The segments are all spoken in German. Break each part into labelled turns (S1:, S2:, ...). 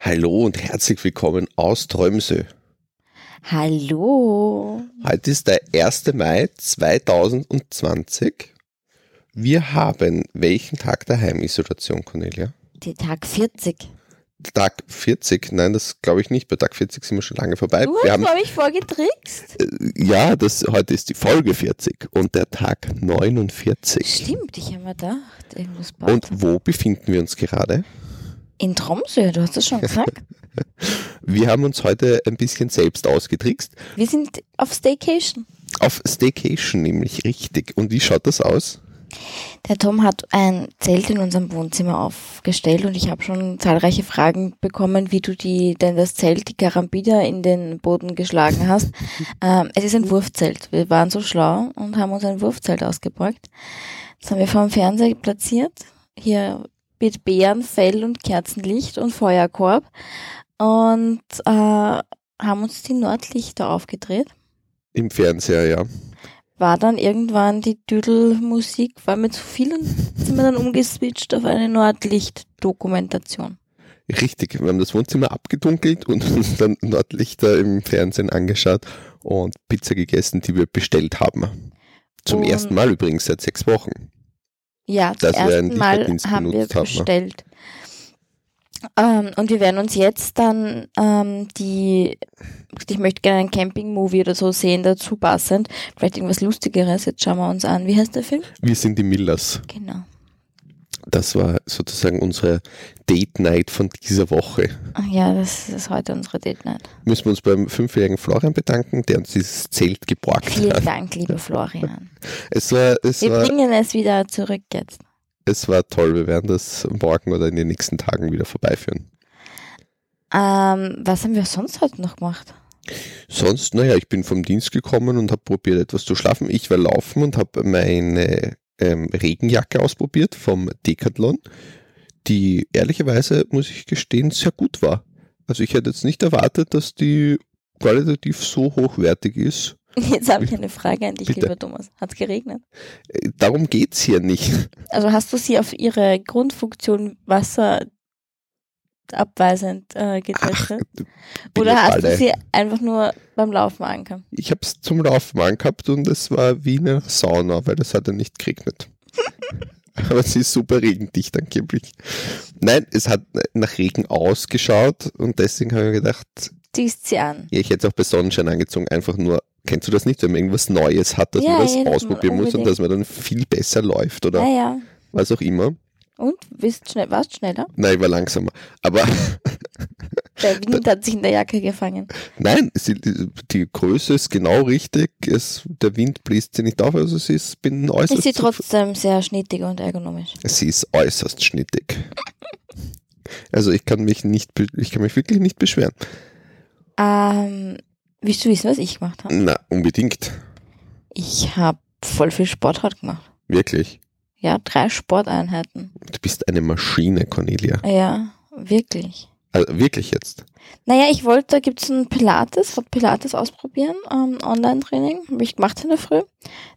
S1: Hallo und herzlich willkommen aus Tromsø.
S2: Hallo.
S1: Heute ist der 1. Mai 2020. Wir haben welchen Tag der Heimisolation, Cornelia?
S2: Der Tag 40.
S1: Tag 40? Nein, das glaube ich nicht. Bei Tag 40 sind wir schon lange vorbei.
S2: Du
S1: Äh, wir
S2: hast
S1: haben, äh,
S2: vor mich vorgetrickst.
S1: ja, das, heute ist die Folge 40 und der Tag 49.
S2: Stimmt, ich habe mir gedacht, irgendwas
S1: Und
S2: baut.
S1: wo befinden wir uns gerade?
S2: In Tromsø, du hast das schon gesagt.
S1: Wir haben uns heute ein bisschen selbst ausgetrickst.
S2: Wir sind auf Staycation.
S1: Auf Staycation nämlich, richtig. Und wie schaut das aus?
S2: Der Tom hat ein Zelt in unserem Wohnzimmer aufgestellt und ich habe schon zahlreiche Fragen bekommen, wie du die, denn das Zelt, die Karambida in den Boden geschlagen hast. ähm, es ist ein Wurfzelt. Wir waren so schlau und haben uns ein Wurfzelt ausgepackt. Das haben wir vor dem Fernseher platziert. Hier mit Beeren, Fell und Kerzenlicht und Feuerkorb. Und äh, haben uns die Nordlichter aufgedreht
S1: Im Fernseher, ja.
S2: war dann irgendwann die Düdelmusik, war mir zu viel und sind wir dann umgeswitcht auf eine Nordlicht-Dokumentation.
S1: Richtig, wir haben das Wohnzimmer abgedunkelt und uns dann Nordlichter im Fernsehen angeschaut und Pizza gegessen, die wir bestellt haben. Zum
S2: Und-
S1: ersten Mal übrigens seit sechs Wochen.
S2: Ja,
S1: Dass
S2: zum
S1: wir einen
S2: ersten Mal
S1: Lieferdienst
S2: haben wir
S1: benutzt haben, ne?
S2: bestellt. Ähm, und wir werden uns jetzt dann ähm, die, ich möchte gerne einen Camping-Movie oder so sehen, dazu passend. Vielleicht irgendwas Lustigeres, jetzt schauen wir uns an. Wie heißt der Film?
S1: Wir sind die Millers.
S2: Genau.
S1: Das war sozusagen unsere Date Night von dieser Woche.
S2: Ach Ah Ja, das ist heute unsere Date Night.
S1: Müssen wir uns beim fünfjährigen Florian bedanken, der uns dieses Zelt geborgt hat.
S2: Vielen Dank, lieber Florian.
S1: Es war, es
S2: Wir
S1: war,
S2: bringen es wieder zurück jetzt.
S1: es war toll. Wir werden das morgen oder in den nächsten Tagen wieder vorbeiführen.
S2: Ähm, was haben wir sonst heute noch gemacht?
S1: Sonst, naja, ich bin vom Dienst gekommen und habe probiert, etwas zu schlafen. Ich war laufen und habe meine ähm, Regenjacke ausprobiert vom Decathlon, die ehrlicherweise, muss ich gestehen, sehr gut war. Also ich hätte jetzt nicht erwartet, dass die qualitativ so hochwertig ist.
S2: Jetzt habe ich eine Frage an dich,
S1: Bitte.
S2: lieber Thomas. Hat es geregnet?
S1: Äh, Darum geht's hier nicht.
S2: Also hast du sie auf ihre Grundfunktion wasserabweisend äh, getestet?
S1: Bin
S2: Oder hast
S1: alle.
S2: du sie einfach nur beim Laufen angehabt?
S1: Ich habe es zum Laufen angehabt und es war wie eine Sauna, weil das hat ja nicht geregnet. Aber sie ist super regendicht angeblich. Nein, es hat nach Regen ausgeschaut und deswegen habe ich mir gedacht,
S2: Ziehst sie an.
S1: ja, ich hätte es auch bei Sonnenschein angezogen, einfach nur, kennst du das nicht, wenn man irgendwas Neues hat, dass
S2: Ja,
S1: man das
S2: ja, dass man
S1: ausprobieren muss und
S2: unbedingt-
S1: dass man dann viel besser läuft oder
S2: Naja.
S1: was auch immer.
S2: Ah Und? Bist schnell, warst schneller?
S1: Nein, ich war langsamer. Aber
S2: Der Wind hat sich in der Jacke gefangen.
S1: Nein, sie, die Größe ist genau richtig. Es, der Wind bläst sie nicht auf, also sie ist, bin äußerst
S2: Ist sie
S1: zuf-
S2: trotzdem sehr schnittig und ergonomisch.
S1: Sie ist äußerst schnittig. Also ich kann mich nicht, be- ich kann mich wirklich nicht beschweren.
S2: Ähm, willst du wissen, was ich gemacht habe?
S1: Na, unbedingt.
S2: Ich habe voll viel Sport heute gemacht.
S1: Wirklich.
S2: Ja, drei Sporteinheiten.
S1: Du bist eine Maschine, Cornelia.
S2: Ja, wirklich.
S1: Also wirklich jetzt.
S2: Naja, ich wollte, da gibt's ein Pilates, wollte Pilates ausprobieren, ähm, Online-Training, habe ich gemacht in der Früh.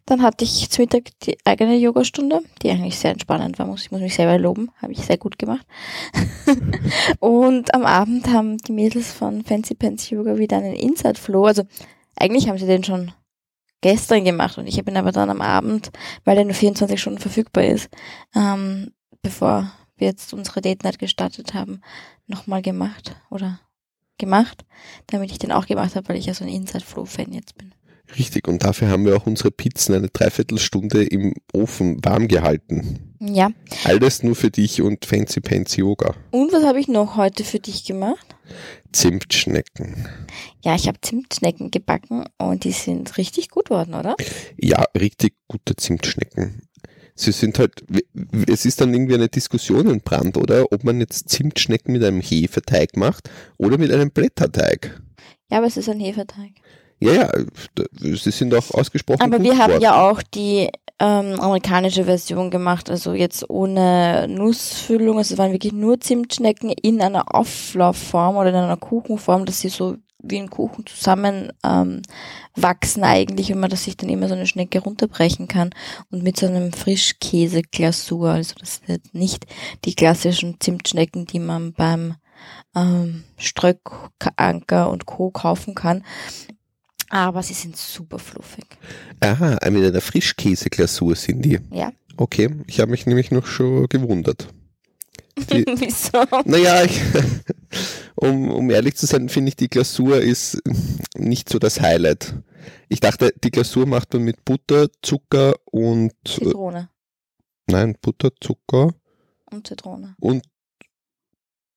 S2: Dann hatte ich zu Mittag die eigene Yogastunde, die eigentlich sehr entspannend war, muss ich muss mich selber loben, habe ich sehr gut gemacht. Und am Abend haben die Mädels von Fancy Pants Yoga wieder einen Inside Flow, also eigentlich haben sie den schon gestern gemacht und ich habe ihn aber dann am Abend, weil der nur 24 Stunden verfügbar ist, ähm, bevor wir jetzt unsere Date Night gestartet haben, nochmal gemacht oder gemacht, damit ich den auch gemacht habe, weil ich ja so ein Inside Flow Fan jetzt bin.
S1: Richtig. Und dafür haben wir auch unsere Pizzen eine Dreiviertelstunde im Ofen warm gehalten.
S2: Ja.
S1: Alles nur für dich und Fancy Pants Yoga.
S2: Und was habe ich noch heute für dich gemacht?
S1: Zimtschnecken.
S2: Ja, ich habe Zimtschnecken gebacken und die sind richtig gut worden, oder?
S1: Ja, richtig gute Zimtschnecken. Sie sind halt, es ist dann irgendwie eine Diskussion entbrannt, oder? Ob man jetzt Zimtschnecken mit einem Hefeteig macht oder mit einem Blätterteig.
S2: Ja, aber es ist ein Hefeteig.
S1: Ja, ja, d- sie sind auch ausgesprochen
S2: Aber
S1: gut
S2: wir haben
S1: geworden.
S2: ja auch die ähm, amerikanische Version gemacht, also jetzt ohne Nussfüllung. Also es waren wirklich nur Zimtschnecken in einer Auflaufform oder in einer Kuchenform, dass sie so wie ein Kuchen zusammen ähm, wachsen eigentlich und man dass sich dann immer so eine Schnecke runterbrechen kann und mit so einem Frischkäse-Glasur. Also das sind nicht die klassischen Zimtschnecken, die man beim ähm, Ströckanker und Co. kaufen kann. Aber sie sind super fluffig.
S1: Aha, äh, mit einer Frischkäseglasur sind die.
S2: Ja.
S1: Okay, ich habe mich nämlich noch schon gewundert. Die,
S2: Wieso?
S1: naja, ich, um, um ehrlich zu sein, finde ich, die Glasur ist nicht so das Highlight. Ich dachte, die Glasur macht man mit Butter, Zucker und... Äh,
S2: Zitrone
S1: nein, Butter, Zucker
S2: und Zitrone.
S1: und...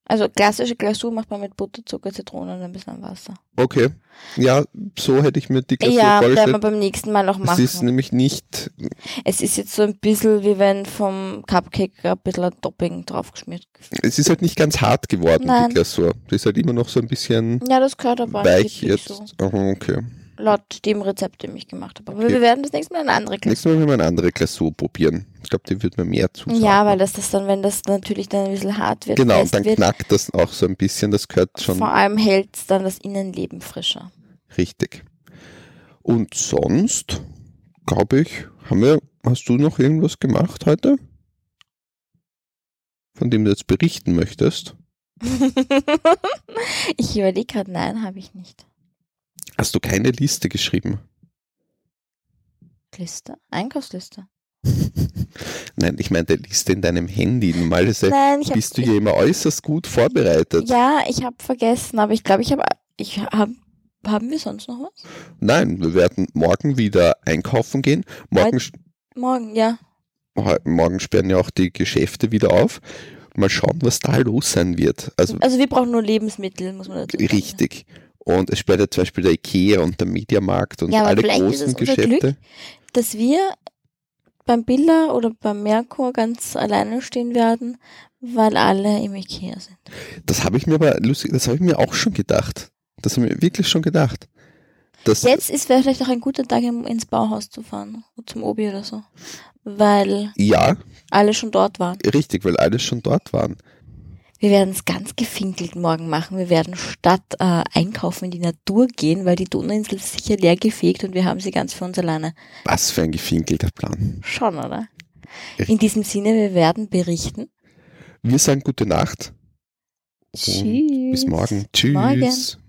S2: Also klassische Glasur macht man mit Butter, Zucker, Zitrone und ein bisschen Wasser.
S1: Okay, ja, so hätte ich mir die Glasur
S2: ja, werden wir
S1: vorgestellt.
S2: beim nächsten Mal noch
S1: Es
S2: machen.
S1: ist nämlich nicht...
S2: Es ist jetzt so ein bisschen wie wenn vom Cupcake ein bisschen ein Topping draufgeschmiert.
S1: Es ist halt nicht ganz hart geworden,
S2: Nein.
S1: die Glasur. Die ist halt immer noch so ein bisschen
S2: Ja, das gehört aber
S1: weich
S2: angeblich
S1: jetzt.
S2: so.
S1: Aha, okay.
S2: Laut dem Rezept, den ich gemacht habe. Aber
S1: Okay.
S2: wir werden das nächste Mal eine andere Klasse.
S1: Nächstes Mal werden wir eine andere Glasur probieren. Ich glaube, die wird mir mehr zusagen.
S2: Ja, weil das, das dann, wenn das natürlich dann ein bisschen hart wird,
S1: Genau,
S2: fest
S1: dann
S2: wird,
S1: knackt das auch so ein bisschen. Das gehört schon
S2: vor allem hält es dann das Innenleben frischer.
S1: richtig. Und sonst, glaube ich, haben wir, hast du noch irgendwas gemacht heute? Von dem du jetzt berichten möchtest?
S2: ich überlege gerade, nein, habe ich nicht.
S1: Hast du keine Liste geschrieben?
S2: Liste? Einkaufsliste?
S1: Nein, ich meine, Liste in deinem Handy. Normalerweise
S2: Nein, ich habe
S1: bist du ja immer äußerst gut vorbereitet.
S2: Ja, ich habe vergessen, aber ich glaube, ich habe ich hab, haben wir sonst noch was?
S1: Nein, wir werden morgen wieder einkaufen gehen. Morgen,
S2: Heute- Morgen, ja.
S1: heu- morgen sperren ja auch die Geschäfte wieder auf. Mal schauen, was da los sein wird. Also
S2: Also wir brauchen nur Lebensmittel, muss man dazu sagen.
S1: richtig. Und es sperrt ja zum Beispiel der Ikea und der Mediamarkt und
S2: Ja, aber
S1: alle
S2: vielleicht ist es
S1: großen
S2: unser
S1: Geschäfte.
S2: Glück. Dass wir beim Billa oder beim Merkur ganz alleine stehen werden, weil alle im Ikea sind.
S1: Das habe ich mir aber lustig, das habe ich mir auch schon gedacht. Das habe ich mir wirklich schon gedacht. Das,
S2: Jetzt ist vielleicht auch ein guter Tag, um ins Bauhaus zu fahren, zum Obi oder so, weil
S1: Ja,
S2: alle schon dort waren.
S1: richtig, weil alle schon dort waren.
S2: Wir werden es ganz gefinkelt morgen machen. Wir werden statt äh, einkaufen in die Natur gehen, weil die Donauinsel ist sicher leer gefegt und wir haben sie ganz für uns alleine.
S1: Was für ein gefinkelter Plan.
S2: Schon, oder? In diesem Sinne, wir werden berichten.
S1: Wir sagen gute Nacht.
S2: Tschüss.
S1: Bis morgen. Tschüss.
S2: Morgen.